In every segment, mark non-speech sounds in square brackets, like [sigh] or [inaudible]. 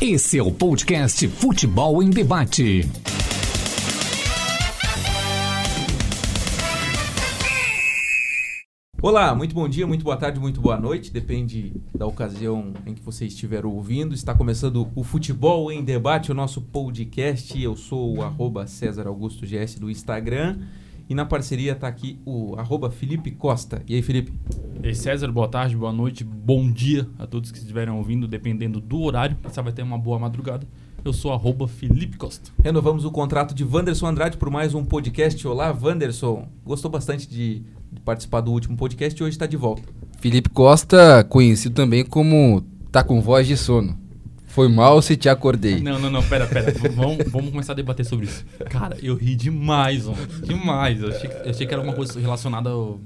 Esse é o podcast Futebol em Debate. Olá, muito bom dia, muito boa tarde, muito boa noite. Depende da ocasião em que você estiver ouvindo. Está começando o Futebol em Debate, o nosso podcast. Eu sou o arroba César Augusto GS do Instagram. E na parceria está aqui o arroba Felipe Costa. E aí, Felipe? E aí, César, boa tarde, boa noite, bom dia a todos que estiverem ouvindo, dependendo do horário. Você vai ter uma boa madrugada. Eu sou arroba Felipe Costa. Renovamos o contrato de Wanderson Andrade por mais um podcast. Olá, Wanderson. Gostou bastante de participar do último podcast e hoje está de volta. Felipe Costa, conhecido também como Tá com voz de sono. Foi mal se te acordei. Não, não, não, pera, pera. V- vamos, vamos começar a debater sobre isso. Cara, eu ri demais, mano. Demais. Eu achei, que- eu achei que era alguma coisa relacionada ao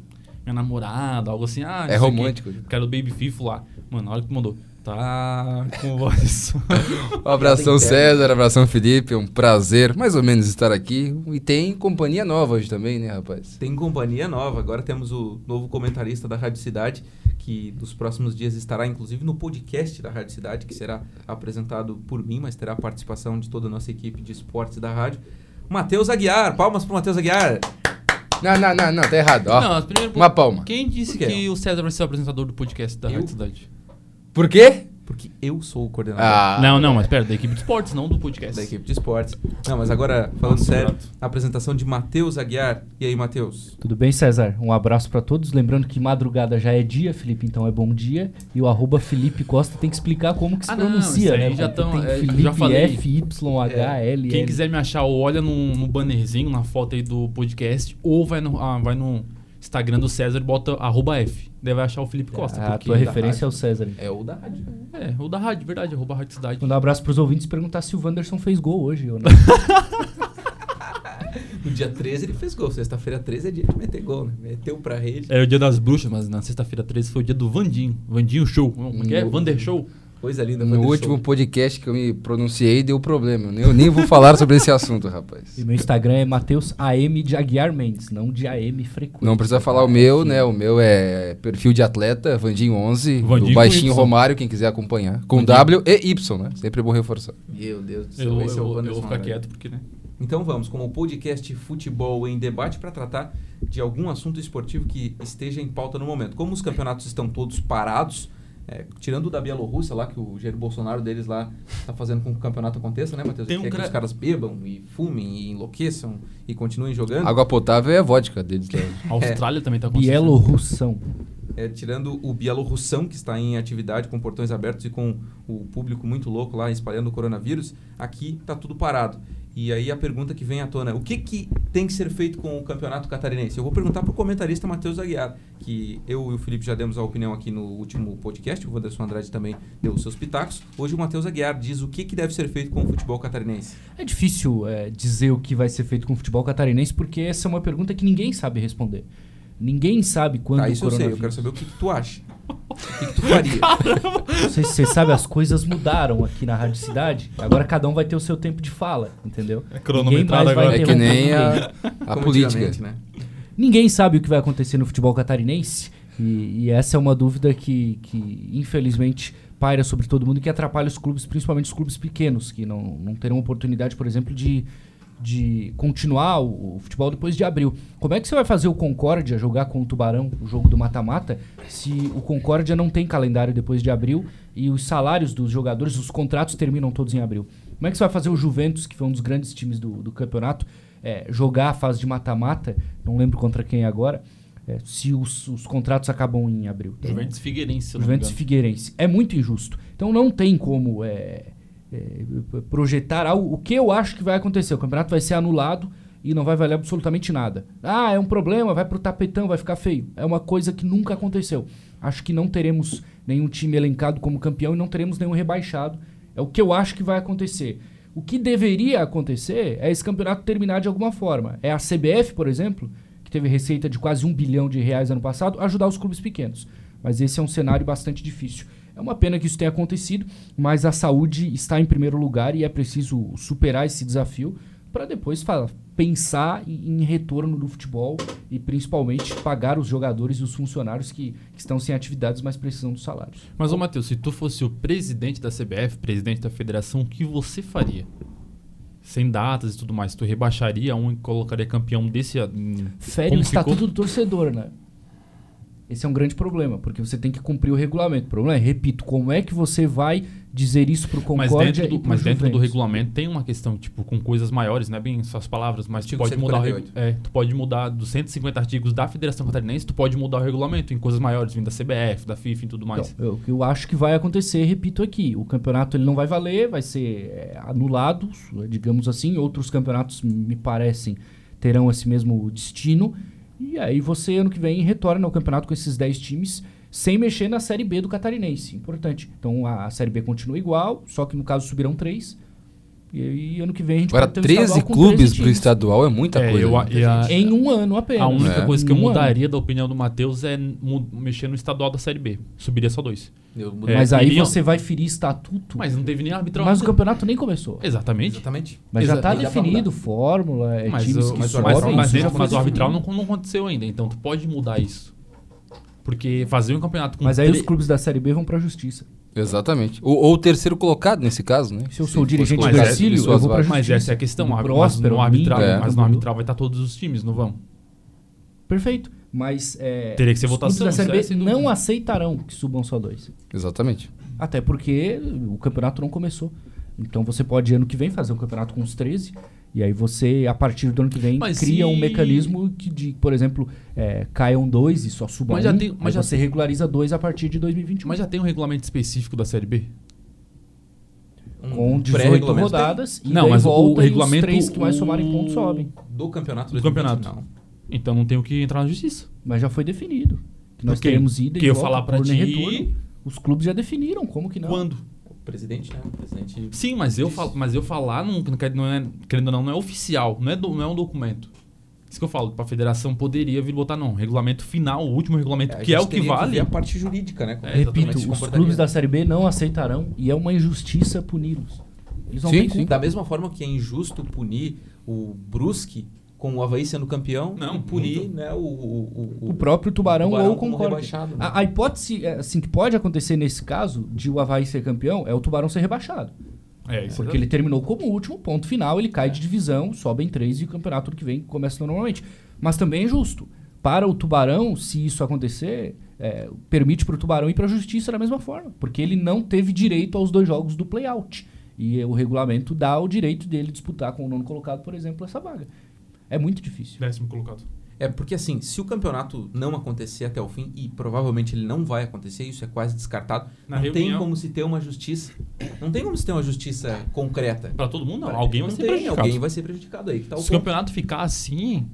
minha namorada, algo assim. Ah, não sei É o quê. romântico. Quero o Baby Fifo lá. Mano, olha o que mandou. Tá com voz de sono. Um abração César, abração Felipe, é um prazer mais ou menos estar aqui. E tem companhia nova hoje também, né, rapaz? Tem companhia nova, agora temos o novo comentarista da Rádio Cidade, que nos próximos dias estará inclusive no podcast da Rádio Cidade, que será apresentado por mim, mas terá a participação de toda a nossa equipe de esportes da rádio. Matheus Aguiar, palmas pro Matheus Aguiar. Não, não, não, não, tá errado, [laughs] ó. Não, mas primeiro. Uma palma. Quem disse Que é? que o César vai ser o apresentador do podcast da Eu? Rádio Cidade? Por quê? Porque eu sou o coordenador Ah, Não, não, mas pera, da equipe de esportes, não do podcast. da equipe de esportes. Não, mas agora, falando Nossa, sério, Renato. a apresentação de Matheus Aguiar. E aí, Matheus? Tudo bem, César? Um abraço pra todos. Lembrando que madrugada já é dia, Felipe, então é bom dia. E o arroba Felipe Costa tem que explicar como que se Ah, não, pronuncia, isso aí né? já tão- tem é, Felipe já falei. F, Y, H, É. L, Quem L. quiser me achar, ou olha no, no bannerzinho, na foto aí do podcast, ou vai no, ah, vai no Instagram do César e bota arroba F. Daí vai achar o Felipe Costa. Ah, Ah, a porque- tua referência é o César. É o da rádio. É, o da rádio, verdade, arroba Rádio Cidade. Mandar um abraço pros ouvintes e perguntar se o Wanderson fez gol [laughs] hoje ou não. No dia 13 ele fez gol. Sexta-feira 13 é dia de meter gol, né? Meteu pra rede. Era É o dia das bruxas, mas na sexta-feira 13 foi o dia do Vandinho. Vandinho Show. Como é que é? Hum, No- Vander Show. Coisa linda. no Wanderson. último podcast que eu me pronunciei deu problema. Eu nem vou falar sobre esse assunto, rapaz. e meu Instagram é Matheus AM de Aguiar Mendes, não de AM frequente. Não precisa falar o meu, né? O meu é perfil de atleta, Vandinho11, Vandinho do Baixinho com Y. Romário, quem quiser acompanhar. Com W e Y, né? Sempre é bom reforçar. Meu Deus do céu. Eu, eu, esse é o eu, Wanderson vou ficar Andrade. quieto, porque, né? Então vamos com o podcast Futebol em Debate para tratar de algum assunto esportivo que esteja em pauta no momento. Como os campeonatos estão todos parados, é, tirando o da Bielorrússia lá, que o Jair Bolsonaro deles lá está fazendo com que o campeonato aconteça, né, Matheus? Tem Ele um quer que cra- os caras bebam e fumem e enlouqueçam e continuem jogando. Água potável é a vodka deles. né? A Austrália também tá acontecendo. Bielorrussão. É, tirando o Bielorrussão, que está em atividade com portões abertos e com o público muito louco lá espalhando o coronavírus, aqui está tudo parado. E aí a pergunta que vem à tona, é, o que, que tem que ser feito com o campeonato catarinense? Eu vou perguntar para o comentarista Matheus Aguiar, que eu e o Felipe já demos a opinião aqui no último podcast, o Wanderson Andrade também deu os seus pitacos. Hoje o Matheus Aguiar diz o que, que deve ser feito com o futebol catarinense. Tá, É difícil é, dizer o que vai ser feito com o futebol catarinense, porque essa é uma pergunta que ninguém sabe responder. Ninguém sabe quando Tá, o isso eu sei, coronavírus... eu quero saber o que, que tu acha. O que, que tu [laughs] faria? Você, você sabe, as coisas mudaram aqui na Rádio Cidade. Agora cada um vai ter o seu tempo de fala, entendeu? É cronometrado Ninguém mais [laughs] vai agora. É que interromper nem ninguém. a, a Como política. antigamente, né? Ninguém sabe o que vai acontecer no futebol catarinense. E, e essa é uma dúvida que, que, infelizmente, paira sobre todo mundo e que atrapalha os clubes, principalmente os clubes pequenos, que não, não terão oportunidade, por exemplo, de, de continuar o, o futebol depois de abril. Como é que você vai fazer o Concórdia jogar com o Tubarão, o jogo do mata-mata, se o Concórdia não tem calendário depois de abril e os salários dos jogadores, os contratos terminam todos em abril? Como é que você vai fazer o Juventus, que foi um dos grandes times do, do campeonato, é, jogar a fase de mata-mata, não lembro contra quem agora, é, se os, os contratos acabam em abril? Juventus Figueirense, se eu não me Juventus e engano. Figueirense. É muito injusto. Então não tem como é, é, projetar algo. O que eu acho que vai acontecer? O campeonato vai ser anulado e não vai valer absolutamente nada. Ah, é um problema, vai pro tapetão, vai ficar feio. É uma coisa que nunca aconteceu. Acho que não teremos nenhum time elencado como campeão e não teremos nenhum rebaixado. É o que eu acho que vai acontecer. O que deveria acontecer é esse campeonato terminar de alguma forma. É a CBF, por exemplo, que teve receita de quase um bilhão de reais ano passado, ajudar os clubes pequenos. Mas esse é um cenário bastante difícil. É uma pena que isso tenha acontecido, mas a saúde está em primeiro lugar e é preciso superar esse desafio para depois fa- pensar em em retorno do futebol e principalmente pagar os jogadores e os funcionários que, que estão sem atividades, mas precisam dos salários. Mas, ô Matheus, se tu fosse o presidente da CBF, presidente da federação, o que você faria? Sem datas e tudo mais, tu rebaixaria um e colocaria campeão desse. hum, Fere como o ficou? estatuto do torcedor, né? Esse é um grande problema, porque você tem que cumprir o regulamento. O problema é, repito, como é que você vai dizer isso pro Mas Concórdia dentro, e do, pro mas dentro do Juventus? regulamento tem uma questão, tipo, com coisas maiores, né? Bem suas palavras, mas tu Artigo pode mudar o regu- 148. é, tu pode mudar dos 150 artigos da Federação Catarinense, tu pode mudar o regulamento em coisas maiores, vindo da CBF, da FIFA e tudo mais. Então, eu- o que eu acho que vai acontecer, repito aqui, o campeonato ele não vai valer, vai ser é, anulado, digamos assim, outros campeonatos me parecem terão esse mesmo destino, e aí você ano que vem retorna ao campeonato com esses 10 times, sem mexer na Série B do Catarinense, importante. Então a, a Série B continua igual, só que no caso subirão 3, e aí ano que vem a gente Agora, pode ter um estadual 13 com clubes 13 pro times. estadual é muita É, coisa. eu, né? a- e a, Em um ano apenas. a única É. coisa que eu Um ano. mudaria da opinião do Matheus é mu- mexer no estadual da Série B. Subiria só dois. Eu mudo- É, Mas aí iriam- você vai ferir estatuto, mas, Mas não teve nem arbitral. o campeonato nem começou. Exatamente. Exatamente. Mas já Exa- tá e dá pra definido, fórmula, é Mas, times o- que mas, o- sobem, mas, mas isso dentro- já foi mas o definido. arbitral não, não aconteceu ainda, então tu pode mudar isso. Porque fazer um campeonato com Mas aí tre- os clubes da Série B vão pra justiça. Exatamente. Ou, ou o terceiro colocado nesse caso, né? Se eu sou o fosse dirigente colocado do em Ercílio, suas eu vou pra vagas. é- Mas justiça. essa é a questão. Do ar- Próspero, mas no arbitral, Minho, mas do no Bruno. arbitral vai estar todos os times, não vão? Perfeito. Mas é, Teria que ser os clubes votação, da isso é Série B sem dúvida. não aceitarão que subam só dois. Exatamente. Até porque o campeonato não começou. Então você pode ano que vem fazer um campeonato com os 13. E aí você, a partir do ano que vem, Mas cria um e- mecanismo que, de, por exemplo, é, caiam dois e só subam Mas já um. tem- mas já aí você regulariza dois a partir de 2021. Mas já tem um regulamento específico da Série B? Um com 18 pré-regulamento rodadas e Não, daí mas o- o volta e os regulamento- três que mais somarem o- pontos sobem. tem Do campeonato Do 2020, campeonato. não. Então não tem o que entrar na justiça. Mas já foi definido. Que nós Porque- teremos ida e que eu volta, falar pra turno e ti- retorno. Os clubes já definiram, como que não? Quando? O presidente, né? O presidente. Sim, mas eu, falo, mas eu falar, não, não quer- não é, querendo ou não, não é oficial, não é, do- não é um documento. Isso que eu falo, pra federação poderia vir botar, não. Regulamento final, o último regulamento, a que é gente o que teria vale. ver a parte jurídica, né? Como É, que exatamente, Repito, se os comportaria. clubes da Série B não aceitarão e é uma injustiça puni-los. Eles não Sim, têm sim. culpa. Da mesma forma que é injusto punir o Brusque com o Havaí sendo campeão, Não, e punir muito. né, o, o, o, O próprio Tubarão, ou o como Concórdia. rebaixado, né? A, a hipótese é, assim, que pode acontecer nesse caso de o Havaí ser campeão é o Tubarão ser rebaixado. É, isso Porque ele terminou como último ponto final, ele cai de divisão, sobe em três e o campeonato ano que vem começa normalmente. Mas também é injusto. Para o Tubarão, se isso acontecer, é, permite para o Tubarão ir para a justiça da mesma forma, porque ele não teve direito aos dois jogos do play-out. E o regulamento dá o direito dele disputar com o nono colocado, por exemplo, essa vaga. É muito difícil. Décimo colocado. É porque assim, se o campeonato não acontecer até o fim, e provavelmente ele não vai acontecer, isso é quase descartado, Na não tem reunião- como se ter uma justiça. Não tem como se ter uma justiça concreta. Pra todo mundo, não. Alguém vai Não ser tem, prejudicado. Alguém vai ser prejudicado aí. Que Então, tá o Se o ponto. campeonato ficar assim,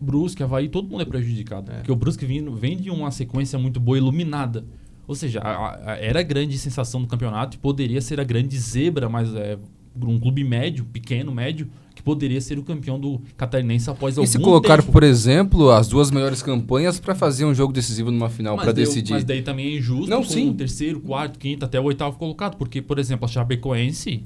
Brusque, Havaí, todo mundo é prejudicado. É. Porque o Brusque vem, vem de uma sequência muito boa, iluminada. Ou seja, a- a- era a grande sensação do campeonato e poderia ser a grande zebra, mas é um clube médio, pequeno, médio, que poderia ser o campeão do catarinense após E algum se colocar, tempo. por exemplo, as duas melhores campanhas pra fazer um jogo decisivo numa final, Mas pra daí- decidir. Mas daí também é injusto Não, com sim. o terceiro, quarto, quinto, até o oitavo colocado. Porque, por exemplo, a Chapecoense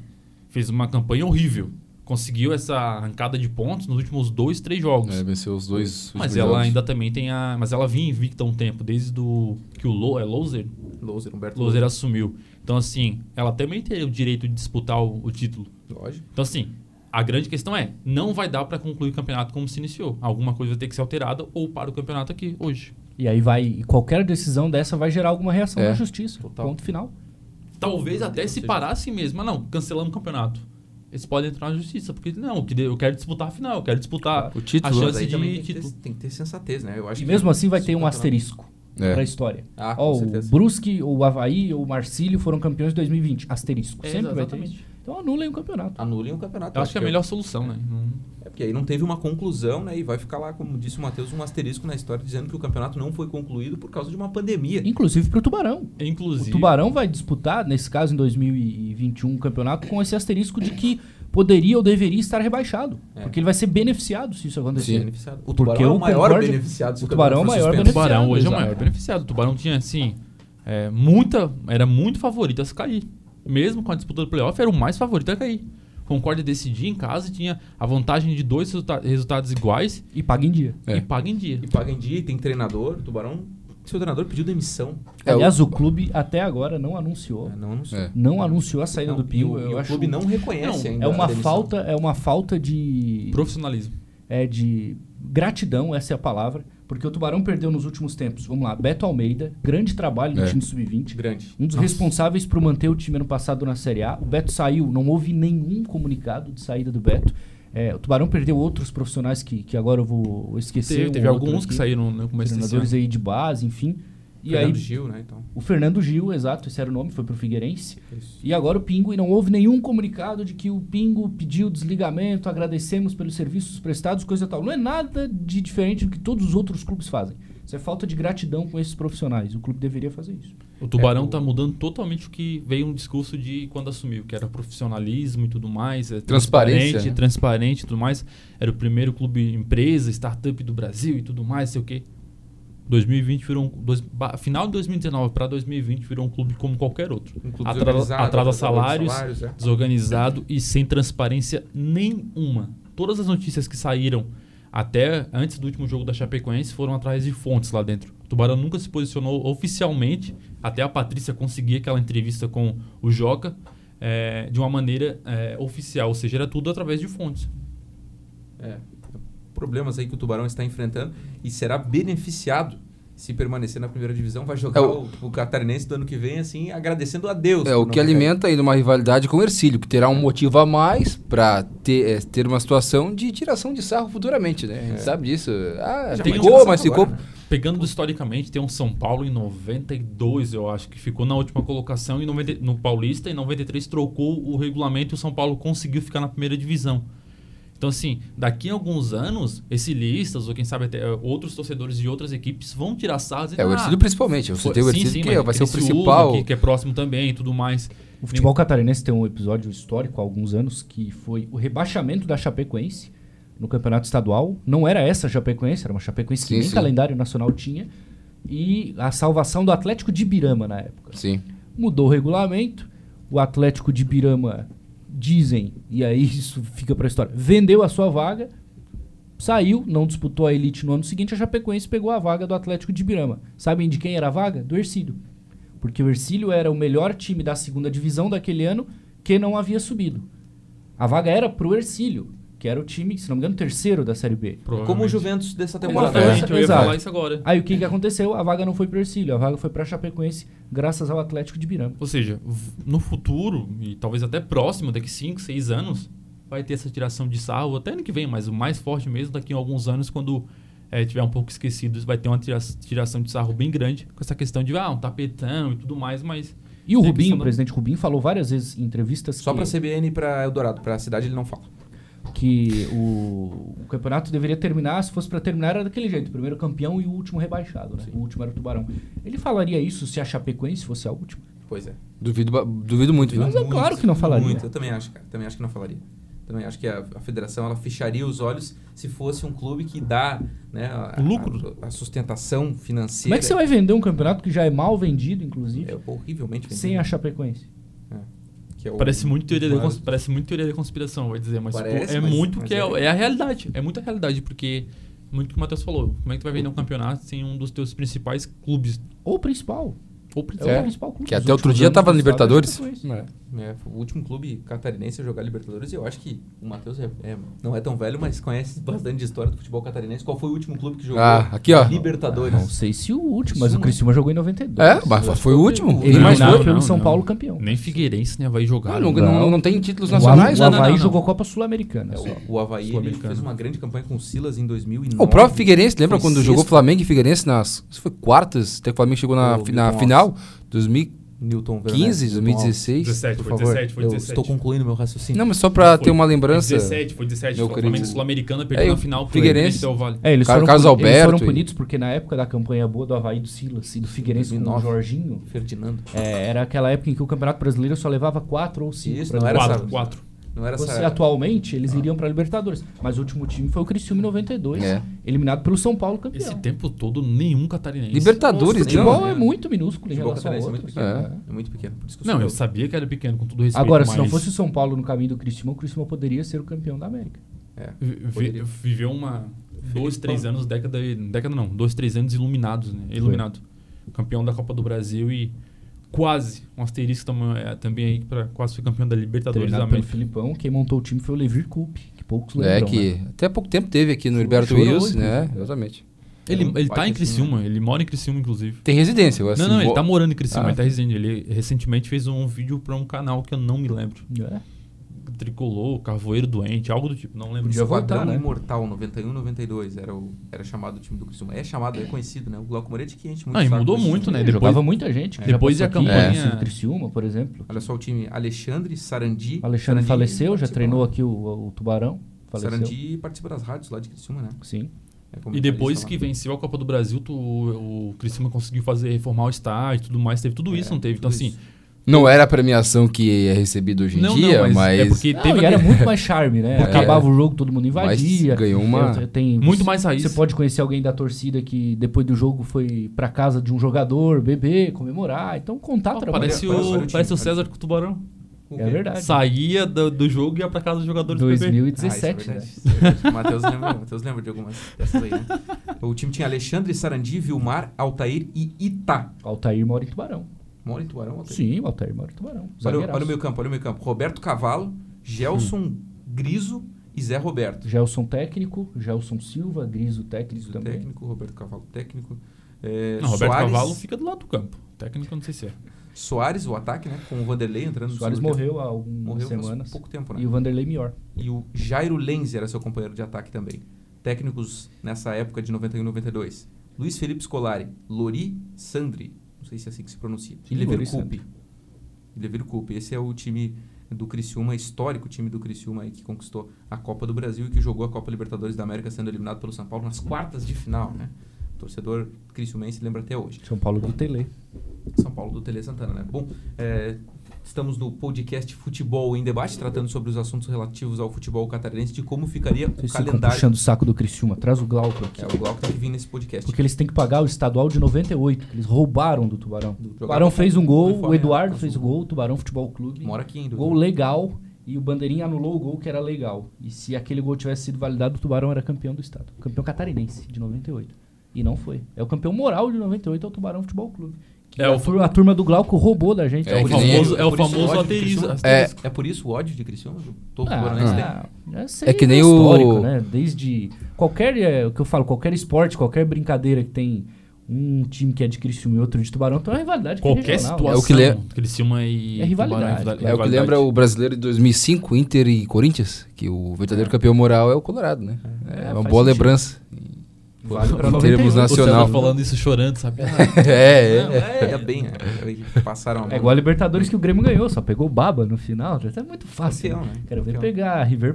fez uma campanha horrível. Conseguiu essa arrancada de pontos nos últimos dois, três jogos. É, vencer os dois últimos Mas ela jogos. ainda também tem a. Mas ela vinha invicta há um tempo, desde do, que o Lo, é Loser? Loser, Humberto Loser assumiu. Então, assim, ela também teria o direito de disputar o, o título. Lógico. Então, assim, a grande questão é: não vai dar pra concluir o campeonato como se iniciou. Alguma coisa vai ter que ser alterada ou para o campeonato aqui, hoje. E aí vai. E qualquer decisão dessa vai gerar alguma reação É. da justiça. Ponto final. Talvez até se parasse mesmo. Mas não, cancelamos o campeonato. Eles podem entrar na justiça, porque não, eu queria- eu quero disputar a final, eu quero disputar O título, a Mas chance aí de Tipo, também tem que, ter, título. tem que ter sensatez, né? Eu acho E que- mesmo assim vai ter um campeonato- asterisco É. pra história. Ah, com Ó, o certeza. Brusque, ou o Havaí, ou o Marcílio foram campeões de 2020. Asterisco. É, Sempre vai ter exatamente. isso. Então anulem o campeonato. Anulem o campeonato. Eu acho que é a eu- melhor solução, né? Não- É porque aí não teve uma conclusão, né? E vai ficar lá, como disse o Matheus, um asterisco na história dizendo que o campeonato não foi concluído por causa de uma pandemia. Inclusive pro Tubarão. O Inclusive. Tubarão vai disputar, nesse caso em 2021, o campeonato com esse asterisco de que poderia ou deveria estar rebaixado. É. Porque ele vai ser beneficiado se isso acontecer. Né? Beneficiado. O Porque Tubarão é o o maior Concórdia- beneficiado. se o Tubarão é o campeonato maior for O suspenso. beneficiado. Tubarão hoje é o Exato. maior beneficiado. O Tubarão tinha, assim, é, muita. Era muito favorito a se cair. Mesmo com a disputa do playoff, era o mais favorito a cair. Concórdia decidia em casa, tinha a vantagem de dois resulta- resultados iguais E paga em dia. É. e paga em dia. E paga em dia, e tem treinador. O Tubarão, seu treinador pediu demissão. É, Aliás, o clube até agora não anunciou. É, não, não sei. É. Não anunciou a saída Não, do Pinho. e o, eu e o acho clube não reconhece Não, ainda. É a uma demissão. falta, é uma falta de Profissionalismo. é de gratidão, essa é a palavra, porque o Tubarão perdeu nos últimos tempos. Vamos lá, Beto Almeida, grande trabalho no É. time sub-20. Grande. Um dos responsáveis por manter o time ano passado na Série A. O Beto saiu, não houve nenhum comunicado de saída do Beto. É, o Tubarão perdeu outros profissionais que, que agora eu vou esquecer. Teve, um teve outro alguns que aqui, saíram no começo desse ano. Treinadores aí de base, enfim. E Fernando aí, Gil, né? Então, é o Fernando Gil, exato, esse era o nome, foi pro Figueirense. isso. E agora o Pingo, e não houve nenhum comunicado de que o Pingo pediu desligamento, agradecemos pelos serviços prestados, coisa e tal. Não é nada de diferente do que todos os outros clubes fazem. Isso é falta de gratidão com esses profissionais. O clube deveria fazer isso. O É, Tubarão tá mudando totalmente o que veio um discurso de quando assumiu, que era profissionalismo e tudo mais. é Transparência, Transparente, né? transparente e tudo mais. Era o primeiro clube empresa, startup do Brasil e tudo mais, sei o quê. 2020 virou um, dois, ba- final de 2019 para 2020 virou um clube como qualquer outro. Um clube atrasa, desorganizado, atrasa atrasador de salários, salários, é. desorganizado e sem transparência nenhuma. Todas as notícias que saíram até antes do último jogo da Chapecoense foram atrás de fontes lá dentro. O Tubarão nunca se posicionou oficialmente, até a Patrícia conseguir aquela entrevista com o Joca é, de uma maneira é, oficial, ou seja, era tudo através de fontes. É. Problemas aí que o Tubarão está enfrentando e será beneficiado se permanecer na primeira divisão. Vai jogar É o... o- o catarinense do ano que vem, assim, agradecendo a Deus. É, por o não que ter caído. alimenta ainda uma rivalidade com o Ercílio, que terá um motivo a mais pra ter, é, ter uma situação de tiração de sarro futuramente, né? A gente sabe disso. Ah, Já tem ficou, tiração mas agora, ficou. né? Pegando historicamente, tem um São Paulo em 92, eu acho, que ficou na última colocação em 90 no Paulista. Em 93 trocou o regulamento e o São Paulo conseguiu ficar na primeira divisão. Então, assim, daqui a alguns anos, esse listas, ou quem sabe até eh, outros torcedores de outras equipes vão tirar sarros e É, o "Ah, Ercílio principalmente. Eu foi- citei o sim, Ercílio sim, que mas vai ser o Criciúma, principal. Que, que é próximo também e tudo mais. O futebol catarinense tem um episódio histórico há alguns anos que foi o rebaixamento da Chapecoense no campeonato estadual. Não era essa a Chapecoense, era uma Chapecoense que Sim, nem sim. calendário nacional tinha. E a salvação do Atlético de Birama na época. Sim. mudou o regulamento. O Atlético de Birama, dizem, e aí isso fica pra história, vendeu a sua vaga, saiu, não disputou a elite no ano seguinte, a Chapecoense pegou a vaga do Atlético de Birama. Sabem de quem era a vaga? Do Ercílio. Porque o Ercílio era o melhor time da segunda divisão daquele ano que não havia subido. A vaga era pro Ercílio, que era o time, se não me engano, terceiro da Série B. Como o Juventude. Juventus dessa temporada. né? Exatamente. Exatamente, eu ia Exato. falar isso agora. Aí o que, que aconteceu? A vaga não foi pro Ercílio, a vaga foi pra Chapecoense, graças ao Atlético de Birama. Ou seja, v- no futuro, e talvez até próximo, daqui 5, 6 anos, vai ter essa tiração de sarro, até ano que vem, mas o mais forte mesmo, daqui a alguns anos, quando eh, tiver um pouco esquecido, vai ter uma tira- tiração de sarro bem grande, com essa questão de, ah, um tapetão e tudo mais, mas... E o tem a Rubinho, questão o da- presidente Rubinho, falou várias vezes em entrevistas Só que, pra CBN e pra Eldorado, pra cidade ele não fala. que o, o campeonato deveria terminar, se fosse pra terminar, era daquele jeito. O primeiro campeão e o último rebaixado, né? O último era o Tubarão. Ele falaria isso se a Chapecoense fosse a última? Pois é. Duvido, ba- duvido muito, viu? Mas é claro que não falaria. Muito, eu também acho, cara. Também acho que não falaria. Também acho que a, a federação ela fecharia os olhos se fosse um clube que dá né, a, Lucro. a, a sustentação financeira. Como é que você vai vender um campeonato que já é mal vendido, inclusive, É horrivelmente vendido, sem a Chapecoense? que é o- Parece muito, teoria da, Claro. cons- parece muito teoria da conspiração, vou dizer, mas tipo, Parece, é mas- muito mas que é, é. é a realidade. É muita realidade, porque, muito que o Matheus falou, como é que tu vai vender um campeonato sem um dos teus principais clubes? Ou o principal. Ou É, principal o principal clube. Que dos até outro últimos dia anos, tava na o principal é a Libertadores. Chapecoense. É, foi o último clube catarinense a jogar Libertadores e eu acho que o Matheus é, é- não é tão velho, mas conhece bastante de história do futebol catarinense. Qual foi o último clube que jogou Ah, aqui, ó. Não Libertadores? sei se o último, mas o Criciúma. Criciúma jogou em 92. É, mas foi o último. Ele Ele mais Eliminado foi. pelo não, São não. Paulo campeão. Nem Figueirense, né, vai jogar. Ah, Não, né? não, não tem títulos O Havaí, nacionais, É o né? Não, não, Havaí não. jogou Copa Sul-Americana. só. O Havaí ele Sul-Americano. fez uma grande campanha com o Silas em 2009. O próprio Figueirense, lembra Foi quando jogou sexto. Flamengo e Figueirense nas. Isso foi quartas? Até que o Flamengo chegou na, Ô, fi- na Milton final? 2015, Newton Werner, Newton Alves. 2016? 17, por foi favor. 17, foi Eu 17. estou concluindo meu raciocínio. Não, mas só pra Foi. ter uma lembrança. Foi 17, foi 17. Meu o Flamengo querido. Sul-Americana perdeu É, na o final pro Figueirense. Independente Del Vale. É, eles Cara- foram, Carlos puni- eles foram Alberto e- punidos porque na época da campanha boa do Havaí do Silas e do Figueirense com o 2009. Jorginho, Ferdinando. é, era aquela época em que o Campeonato Brasileiro só levava quatro ou cinco. Isso, pra não era ganhar. essa- 4, 4. Não era Você, é essa. Ah. atualmente, eles iriam pra Libertadores. Mas o último time foi o Criciúma em 92, É. eliminado pelo São Paulo campeão. Esse tempo todo, nenhum catarinense. Libertadores, O futebol não. né? é muito minúsculo em Futebol relação a catarinense é muito outros. pequeno. É. É. muito pequeno. Por isso que eu Não, sou eu meu. sabia que era pequeno, com todo respeito. Agora, se não mas fosse o São Paulo no caminho do Criciúma, o Criciúma poderia ser o campeão da América. É. vi- vi- Poderia. Viveu uma. Dois, Felipão. três anos, década. Década não, dois, três anos iluminados, né? Iluminado. Campeão da Copa do Brasil e quase. Um asterisco tamo- é, também aí pra quase ser campeão da Libertadores da Treinado pelo América. Filipão, quem montou o time foi o Levir Coupe, que poucos lembram. É que né? até pouco tempo teve aqui no Heriberto Chorou Wills, hoje, né? inclusive. Exatamente. Ele, Não ele faz tá em isso, Criciúma, ele mora em Criciúma, inclusive. Tem residência, agora Não, assim, não, ele bo- tá morando em Criciúma, Ah. ele tá residente. Ele recentemente fez um vídeo pra um canal que eu não me lembro. É. Tricolor, Carvoeiro Doente, algo do tipo, não lembro. Podia Esquadrão voltar, né? Imortal 91, 92 era, o, era chamado o time do Criciúma. É chamado, é conhecido, né? O Glauco Moreira de que enche muito Ah, e saco mudou desse muito, time. né? Ele depois- jogava muita gente. é, que já depois passou de aqui, a conhecido campanha- o Criciúma, por exemplo. Olha só o time. Alexandre, Sarandi. O Alexandre Sarandi faleceu, já participou, treinou né? aqui o, o Tubarão. Faleceu. Sarandi participa das rádios lá de Criciúma, né? Sim. É E comentarista depois lá. que venceu a Copa do Brasil, tu- o Criciúma conseguiu fazer reformar o estádio e tudo mais. Teve tudo É, isso, não teve? tudo Então, assim. Não era a premiação que é recebida hoje em não, dia, não, mas, mas, É porque Não, teve e era aquele- muito mais [laughs] charme, né? É. Acabava o jogo, todo mundo mas invadia. ganhou uma. É, tem- muito mais raiz. Você pode conhecer alguém da torcida que depois do jogo foi pra casa de um jogador, beber, comemorar. Então, contato Pô, era [laughs] parece, olha, olha o o, time, parece o olha o César com o Tubarão. O É quê? verdade. Saía do, do jogo e ia pra casa dos jogadores do Ah, PB. isso é 2017, né? verdade, isso é verdade. O Matheus lembra, o Matheus lembra de algumas dessas aí, né? O time tinha Alexandre, Sarandi, Vilmar, Altair e Itá. Altair mora em Tubarão. Mora em Tubarão, Altair? Sim, o Altair mora em Tubarão. Olha, o- Zagueiraço. olha o meio campo, olha o meio campo. Roberto Cavalo, Gelson Griso e Zé Roberto. Gelson técnico, Gelson Silva, Griso técnico Griso também. técnico, Roberto Cavalo técnico. É, Não, Roberto Soares, Cavalo fica do lado do campo. Técnico, eu não sei se é. Soares, o ataque, né? Com o Vanderlei entrando no Soares segundo tempo. morreu há algumas Morreu faz semanas. pouco tempo, né? E o Vanderlei Mior. E o Jairo Lenz era seu companheiro de ataque também. Técnicos nessa época de 91 e 92. Luiz Felipe Scolari, Lori Sandri, não sei se é assim que se pronuncia. E Sim, Lever Lori Sandri. Coupe. E Lever Coupe. Esse é o time do Criciúma, histórico time do Criciúma aí que conquistou a Copa do Brasil e que jogou a Copa Libertadores da América sendo eliminado pelo São Paulo nas quartas de final, né? O torcedor criciumense lembra até hoje. São Paulo do Tele. São Paulo do Tele Santana, né? Bom, é, estamos no podcast Futebol em Debate, tratando sobre os assuntos relativos ao futebol catarinense, de como ficaria o Vocês ficam calendário. puxando o saco do Criciúma. Traz o Glauco aqui. É, o Glauco tem que vir nesse podcast. Porque eles têm que pagar o estadual de 98, que eles roubaram do Tubarão. Do- O Tubarão fez um do gol, uniforme o Eduardo azul. fez o gol, o Tubarão Futebol Clube. Mora aqui ainda. né? Gol legal e o Bandeirinha anulou o gol que era legal. E se aquele gol tivesse sido validado, o Tubarão era campeão do estado. Campeão catarinense de 98. E não foi. É o campeão moral de 98, é o Tubarão Futebol Clube. Que É, a, o- tur- a turma do Glauco roubou da gente. É a o que origem. nem- famoso, é o por isso famoso ódio de asterisco. Criciúma? É. asterisco. É por isso o ódio de Criciúma? Todo Ah, coronense tem. ah, essa É aí que nem histórico, o- né? Desde qualquer, é, o que eu falo, qualquer esporte, qualquer brincadeira que tem um time que é de Criciúma e outro de Tubarão, então é uma rivalidade que é Qualquer regional, né? situação. É o que le- Criciúma e. É rivalidade, Tubarão claro. É o que lembra o brasileiro de 2005, Inter e Corinthians, que o verdadeiro campeão moral é o Colorado, né? É, É, uma boa faz sentido. lembrança. Vale [laughs] pra Em termos 98. O César nacional. falando isso chorando, sabe? [laughs] é, é. É, ainda bem, né? Passaram a mão. É igual a Libertadores que o Grêmio ganhou, só pegou baba no final. É muito fácil. Campeão, né? né? Quero ver Campeão. pegar River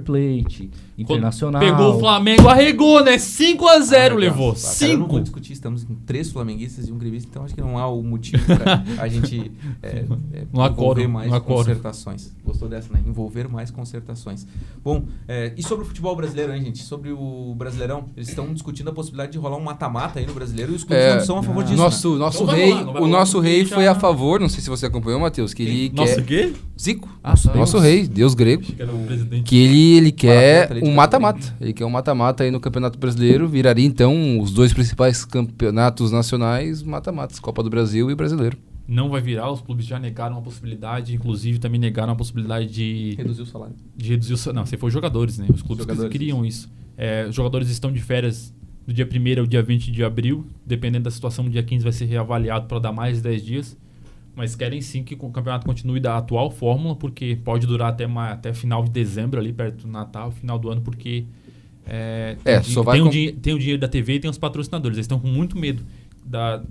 Quando Plate, Internacional. Pegou o Flamengo, arregou, né? 5x0 Ah, levou. cara, eu não vou 5. discutir, estamos com três flamenguistas e um gremista, então acho que não há o motivo para a gente é, é, Não há envolver quórum, mais não há quórum. concertações. Gostou dessa, né? Envolver mais concertações. Bom, é, e sobre o futebol brasileiro, hein, gente? Sobre o Brasileirão, eles estão discutindo a possibilidade de rolar um mata-mata aí no brasileiro e os clubes É, não são a favor disso. Nosso, né? nosso Então vai rei, rolar, não vai o rolar. nosso rei Já- foi a favor, não sei se você acompanhou, Matheus, que ele Nossa, o quê? quer... né? Zico, Ah, só nosso Deus. rei, deus grego. Acho que era o presidente. Que ele, ele quer Parabéns, Atlético um mata-mata. Ele quer um mata-mata aí no Campeonato Brasileiro. Viraria então os dois principais campeonatos nacionais mata-matas: Copa do Brasil e Brasileiro. Não vai virar, os clubes já negaram a possibilidade, inclusive também negaram a possibilidade de, Reduzir o salário. de reduzir o sa- Não, você foi jogadores, né? Os clubes Jogadores, criam isso. É, os jogadores estão de férias do dia 1 ao dia 20 de abril. Dependendo da situação, no dia 15 vai ser reavaliado para dar mais 10 dias. Mas querem sim que o campeonato continue da atual fórmula, porque pode durar até, ma- até final de dezembro, ali perto do Natal, final do ano, porque é, tem, É, o di- só vai tem o com- di- tem o dinheiro da TV e tem os patrocinadores. Eles estão com muito medo da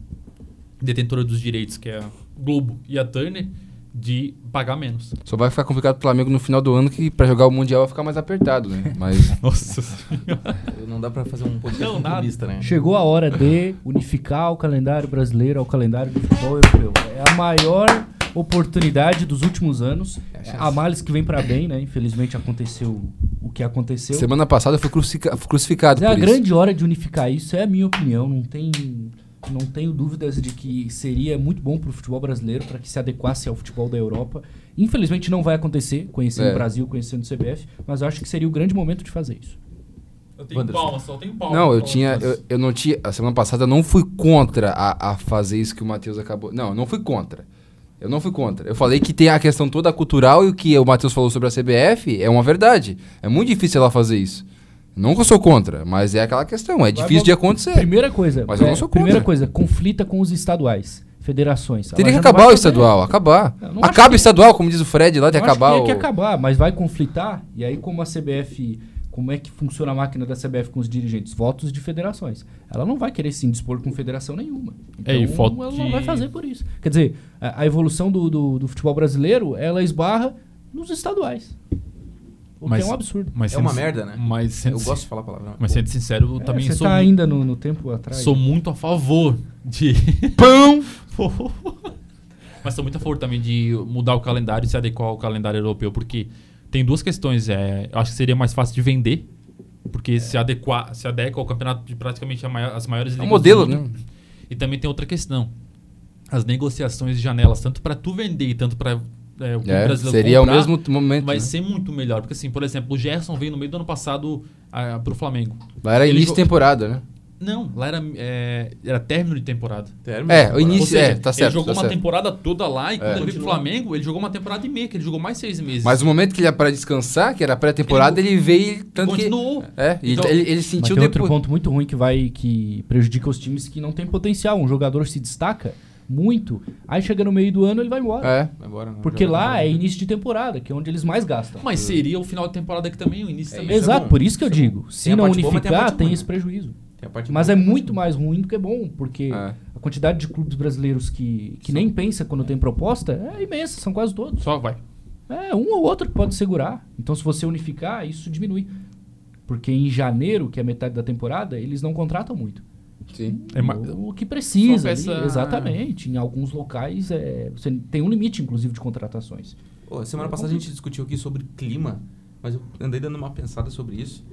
detentora dos direitos, que é a Globo e a Turner, de pagar menos. Só vai ficar complicado pro Flamengo no final do ano, que pra jogar o Mundial vai ficar mais apertado, né? [laughs] Mas Nossa senhora. Não dá para fazer um podcast Não, com nada. clubista, né? Chegou a hora de unificar o calendário brasileiro ao calendário do futebol europeu. É a maior oportunidade dos últimos anos. É a males que vem pra bem, né? Infelizmente aconteceu o que aconteceu. Semana passada eu fui crucifica- crucificado Mas é a por isso. grande hora de unificar isso, é a minha opinião. Não, tem, não tenho dúvidas de que seria muito bom para o futebol brasileiro, para que se adequasse ao futebol da Europa. Infelizmente não vai acontecer, conhecendo É. o Brasil, conhecendo o CBF, mas eu acho que seria o grande momento de fazer isso. Eu tenho Wanderson. palma, só tenho palma. Não, eu Palma. tinha. Eu, eu não tinha. A semana passada eu não fui contra a, a fazer isso que o Matheus acabou. Não, eu não fui contra. Eu não fui contra. Eu falei que tem a questão toda cultural e o que o Matheus falou sobre a CBF é uma verdade. É muito difícil ela fazer isso. Não que eu sou contra, mas é aquela questão. É difícil de acontecer. Primeira coisa, é, Mas eu não sou contra. primeira coisa, conflita com os estaduais, federações. Teria que Ela tá, já não acabar vai o fazer. estadual, acabar. Eu não acho Acaba o estadual, como diz o Fred lá, Eu tem que acho acabar que o. tinha que acabar, mas vai conflitar. E aí, como a CBF. Como é que funciona a máquina da CBF com os dirigentes? Votos de federações. Ela não vai querer se indispor com federação nenhuma. Então, É, e falta ela não de- vai fazer por isso. Quer dizer, a, a evolução do, do, do futebol brasileiro, ela esbarra nos estaduais. O Mas- que é um absurdo. Mas É sendo uma sin- merda, né? Mas sendo, Eu gosto de falar a palavra. mas sendo sincero, eu É, também você sou, tá mu- ainda no, no tempo atrás. sou muito a favor de. [laughs] Pão! Pô. Mas sou muito a favor também de mudar o calendário e se adequar ao calendário europeu, porque tem duas questões. É, eu acho que seria mais fácil de vender, porque se adequar, se adequa ao campeonato de praticamente a maior- as maiores É um ligas do modelo, mundo. né? E também tem outra questão. As negociações de janelas, tanto para tu vender e tanto para o clube É, brasileiro seria comprar, o mesmo momento. vai né? ser muito melhor. Porque assim, por exemplo, o Gerson veio no meio do ano passado ah, pro Flamengo. Lá era Ele início de jo- temporada, né? Não, lá era, é, era término de temporada. É, o Ou início. seja, é, tá certo. ele jogou tá uma certo. É. temporada toda lá e quando ele veio pro Continua. Flamengo, ele jogou uma temporada e meia, que ele jogou mais seis meses. Mas o momento que ele ia pra descansar, que era a pré-temporada, ele, veio tanto Continuou. que... É, e Então- ele, ele Mas sentiu tem outro depois... ponto muito ruim que vai que prejudica os times que não tem potencial. Um jogador se destaca muito, aí chega no meio do ano ele vai embora. É, Agora, né? Porque Já- lá já- é início de temporada, que é onde eles mais gastam. Mas seria o final de temporada que também, o início É também. isso. Exato, bom, por isso que eu isso é digo, Tem se a não parte boa, mas tem a unificar, parte tem ruim, esse né? prejuído. Tem a parte Mas boa. é muito mais ruim do que bom, porque É. a quantidade de clubes brasileiros que, que nem pensa quando tem proposta é imensa, são quase todos. Só vai. É um ou outro que pode segurar. Então, se você unificar, isso diminui. Porque em janeiro, que é metade da temporada, eles não contratam muito. Sim. É ma- O que precisa. Só ali, peça- Exatamente. Em alguns locais, é, você tem um limite, inclusive, de contratações. Ô, semana passada a gente discutiu aqui sobre clima, mas eu andei dando uma pensada sobre isso.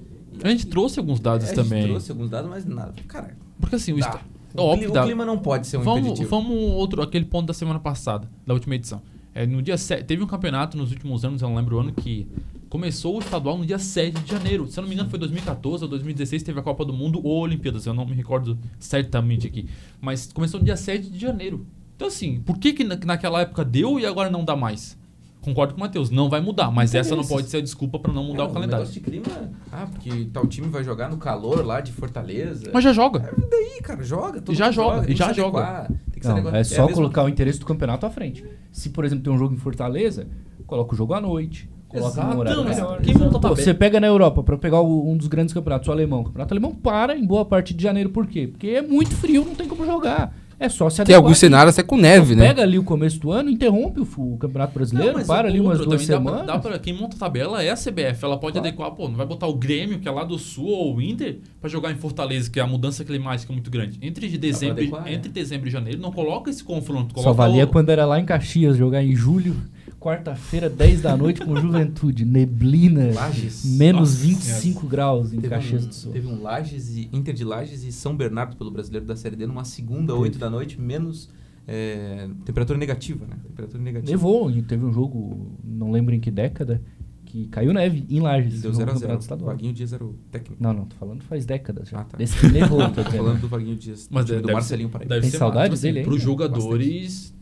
A gente trouxe alguns dados É, a gente também. trouxe alguns dados, mas nada. Cara, Porque assim, o, dá. esta- o, óbvio cli- que o dá. clima não pode ser um Vamos, impeditivo. vamos outro, aquele ponto da semana passada, da última edição. É, no dia sete- teve um campeonato nos últimos anos, eu não lembro o ano, que começou o estadual no dia 7 de janeiro. Se eu não me engano, foi 2014 ou 2016, teve a Copa do Mundo ou Olimpíadas, eu não me recordo certamente aqui. Mas começou no dia 7 de janeiro. Então, assim, por que, que na- naquela época deu e agora não dá mais? Concordo com o Matheus, não vai mudar, mas essa não Interesses. pode ser a desculpa pra não Então, mudar É, o um calendário. negócio de clima, ah, porque tal time vai jogar no calor lá de Fortaleza. Mas já joga. E daí, cara, joga. todo Já mundo joga, tem e já que se joga. adequar, tem que se Não, adequar. é a só mesma- colocar o interesse do campeonato à frente. Se, por exemplo, tem um jogo em Fortaleza, coloca o jogo à noite. Coloca Exato, no horário. mas melhor. quem monta a Pô, tabela? você pega na Europa, pra pegar o- um dos grandes campeonatos, o alemão. O campeonato alemão para em boa parte de janeiro. Por quê? Porque é muito frio, não tem como jogar. É só se Tem adequar. alguns cenários até com neve, né? Pega ali o começo do ano, interrompe o, fu- o Campeonato Não, Brasileiro, mas para ali umas outra duas também dá pra- semanas. dá pra- quem monta a tabela é a CBF. Ela pode adequar, pô, não vai botar o Grêmio, que é lá do Sul, ou o Inter, pra jogar em Fortaleza, que a mudança climática é muito grande. Entre, de dezembro, e- adequar, né? entre dezembro e janeiro, não coloca esse confronto. Coloca é. Só valia o- quando era lá em Caxias, jogar em julho, quarta-feira, 10 da noite com Juventude. Neblina, Lages. menos Nossa 25 graus em Teve Caxias um, do Sul. teve um Lages e Inter de Lages e São Bernardo pelo brasileiro da Série D numa segunda, 8 da noite, menos é, temperatura negativa, né? Temperatura negativa. Nevou, e teve um jogo, não lembro em que década, que caiu neve em Lages, é um Deu no 0 a Campeonato 0 Estadual. Vaguinho Dias era o técnico. Não, não, tô falando faz décadas já. Ah, tá. Desse que [laughs] [laughs] nevou, tô Tô dizendo. falando do Vaguinho Dias, Mas do, time é, deve do ser- Marcelinho Paraíba. deve Tem ser saudades massa, assim, dele É, Para os ainda? jogadores,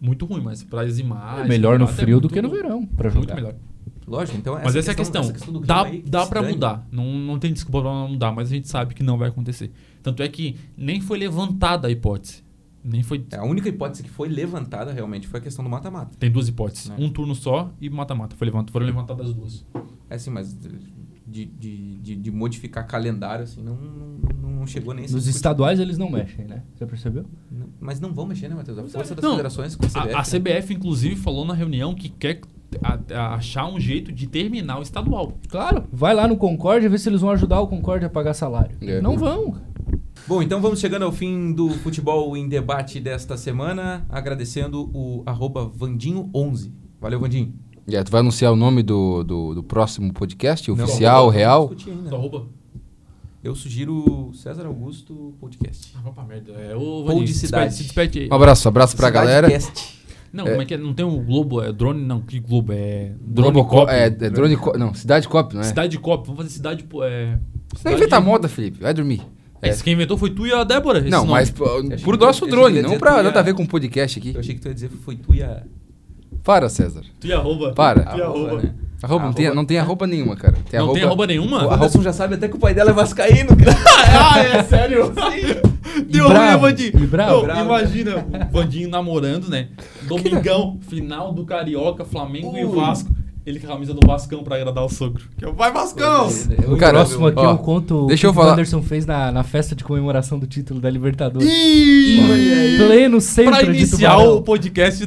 muito ruim, mas para as imagens... É melhor no até frio do Ah, muito que no bom. verão, pra Muito jogar. melhor. Lógico, então Mas essa, é a questão. do dá clima aí, que dá se para dane. mudar. Não, não tem desculpa pra não mudar, mas a gente sabe que não vai acontecer. Tanto é que nem foi levantada a hipótese. Nem foi É, A única hipótese que foi levantada realmente foi a questão do mata-mata. Tem duas hipóteses. Né? Um turno só e mata-mata. Foi levantado, foram levantadas as duas. É assim, mas de, de, de, de modificar calendário, assim, não, não, não chegou nem a se Nos discutir. estaduais eles não mexem, né? Você percebeu? Não, Mas não vão mexer, né, Matheus? A força das Não, federações com a CBF. A, né? a CBF, inclusive, falou na reunião que quer a- a- achar um jeito de terminar o estadual. Claro, vai lá no Concórdia ver se eles vão ajudar o Concórdia a pagar salário. É. Não vão. Bom, então vamos chegando ao fim do Futebol em Debate desta semana, agradecendo o arroba Vandinho11. Valeu, Vandinho. E aí, tu vai anunciar o nome do, do, do próximo podcast? Não, Oficial, vamos real? discutir ainda. Tu Então, arroba? Eu sugiro César Augusto Podcast. Ah, vá pra merda. É o Ou Vaninho, de se cidade. despede, se despede aí. Um abraço, abraço pra galera. Cidadecast. Não, como é que é? Não tem o Globo, é drone, não. Que Globo? É. Drone Globocop. Cop. É, é drone cop. Não, cidade cop, não é? Cidade Cop. Vamos fazer cidade. pô, É, Não cidade... inventa moda, Felipe. Vai dormir. É, esse Quem inventou foi tu e a Débora. esse não, nome. é mas pô, achei por que- nosso eu achei que drone, ia não dizer pra tu nada a ia- ver com o podcast aqui. Eu achei que tu ia dizer foi tu e a... Para, César. Tu e arroba. Para. Tu e arroba. né? Arroba, não, tem, Arroba. não tem arroba nenhuma, cara. Tem Não tem arroba nenhuma? O Anderson já sabe até que o pai dela é vascaíno, [laughs] cara. ah, é sério? Deu ruim, bravo, Vandinho. e bravo. Não, Bravo. Imagina, o Vandinho namorando, né? Domingão, final do Carioca, Flamengo e Ui. Vasco. Ele com a camisa do Vascão pra agradar o sogro. Que é, Vai, Vascão! O Cara, próximo aqui ó, eu conto deixa eu o que falar. o Anderson fez na, na festa de comemoração do título da Libertadores. Ih! Pleno centro Pra iniciar de o Tubarão. podcast.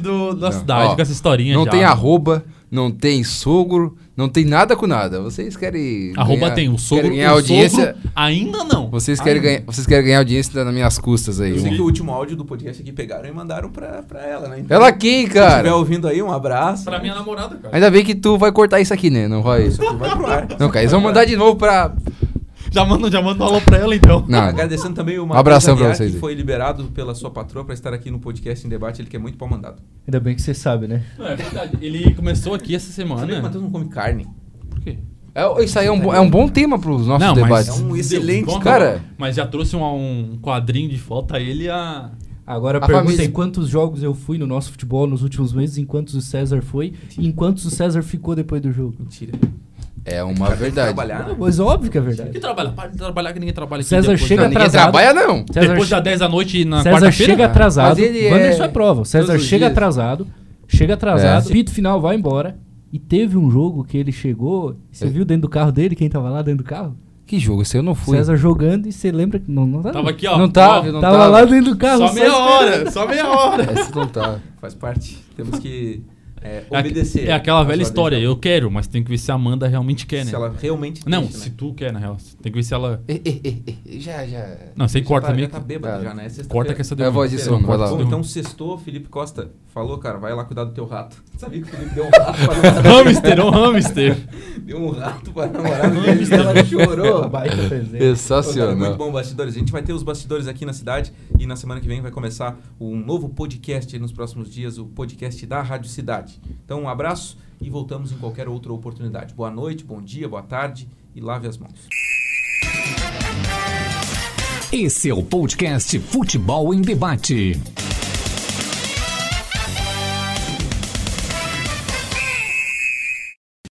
podcast do, da Não, cidade ó, com essa historinha Não já. tem arroba, não tem sogro, não tem nada com nada. Vocês querem. Arroba ganhar- tem o sogro. né? Querem ganhar o audiência. sogro ainda não. Vocês, querem ganhar, vocês querem ganhar audiência nas minhas custas aí. um. Eu sei irmão. que o último áudio do podcast aqui pegaram e mandaram pra, pra ela, né? Então, Ela aqui, Se estiver cara. ouvindo aí, um abraço. Pra minha namorada, cara. Ainda bem que tu vai cortar isso aqui, né? Não vai. Isso aqui vai pro ar. Não, cara, eles vão mandar de novo pra. Já manda, já manda um alô pra ela, então. Não. Agradecendo também o Um abração pra Aguiar, vocês que aí. foi liberado pela sua patroa pra estar aqui no podcast em debate. Ele que é muito pau mandado. Ainda bem que você sabe, né? Não, é verdade. Ele começou aqui essa Sabia que o semana. Matheus não come carne? Por quê? É, isso aí é um, bo- é um bom tema pros nossos Não, mas debates. É um excelente. Deu, cara. Mas já trouxe um, um quadrinho de foto a ele e a. Agora A perguntem família- quantos jogos eu fui no nosso futebol nos últimos meses, em quantos o César foi e em quantos o César ficou depois do jogo. Mentira. É uma verdade. Trabalhar, né? Mas óbvio que é verdade. Que trabalha? Para de trabalhar que ninguém trabalha aqui. César depois Não, chega da... ninguém atrasado. trabalha, não. Depois das 10 da noite na César chega quarta-feira? Ah. atrasado. Mas ele é- Wanderson é prova. O César Todos os chega dias. atrasado. Chega atrasado. É. Pito final vai embora. E teve um jogo que ele chegou. Você É. viu dentro do carro dele quem tava lá dentro do carro? Que jogo? Esse eu não fui. [laughs] César jogando e você lembra que não, não tá, tava. Tava aqui, ó. Não tava, Ó, não Tava tava. lá dentro do carro. Só só meia esperando. hora, só meia hora. Esse não tá. Faz parte. Temos que é, É [laughs] aqu- obedecer. É aquela às velha ordens história. dela. Eu quero, mas tem que ver se a Amanda realmente quer, né? Se ela realmente. Não, deixa, se né? tu quer, na real. Tem que ver se ela. Eh, eh, eh, eh, Já, já. Não, sei Já Ah, corta tá, também. já tá bêbado Cara, já, né? Sexta-feira. Corta que essa deu. É a voz de Não, sono, vai corta lá. essa Bom, deu então ruim. sextou, Felipe Costa falou, cara, vai lá cuidar do teu rato. [laughs] Sabia que o Felipe deu um rato pra [laughs] namorada hamster, é [laughs] um hamster. Deu um rato pra namorada dele e ela chorou. Baita [laughs] presente. Pô, Tá cara, é muito Sensacional. bom, bastidores. A gente vai ter os bastidores aqui na cidade e na semana que vem vai começar um novo podcast aí nos próximos dias, o podcast da Rádio Cidade. Então, um abraço e voltamos em qualquer outra oportunidade. Boa noite, bom dia, boa tarde e lave as mãos. Esse é o podcast Futebol em Debate.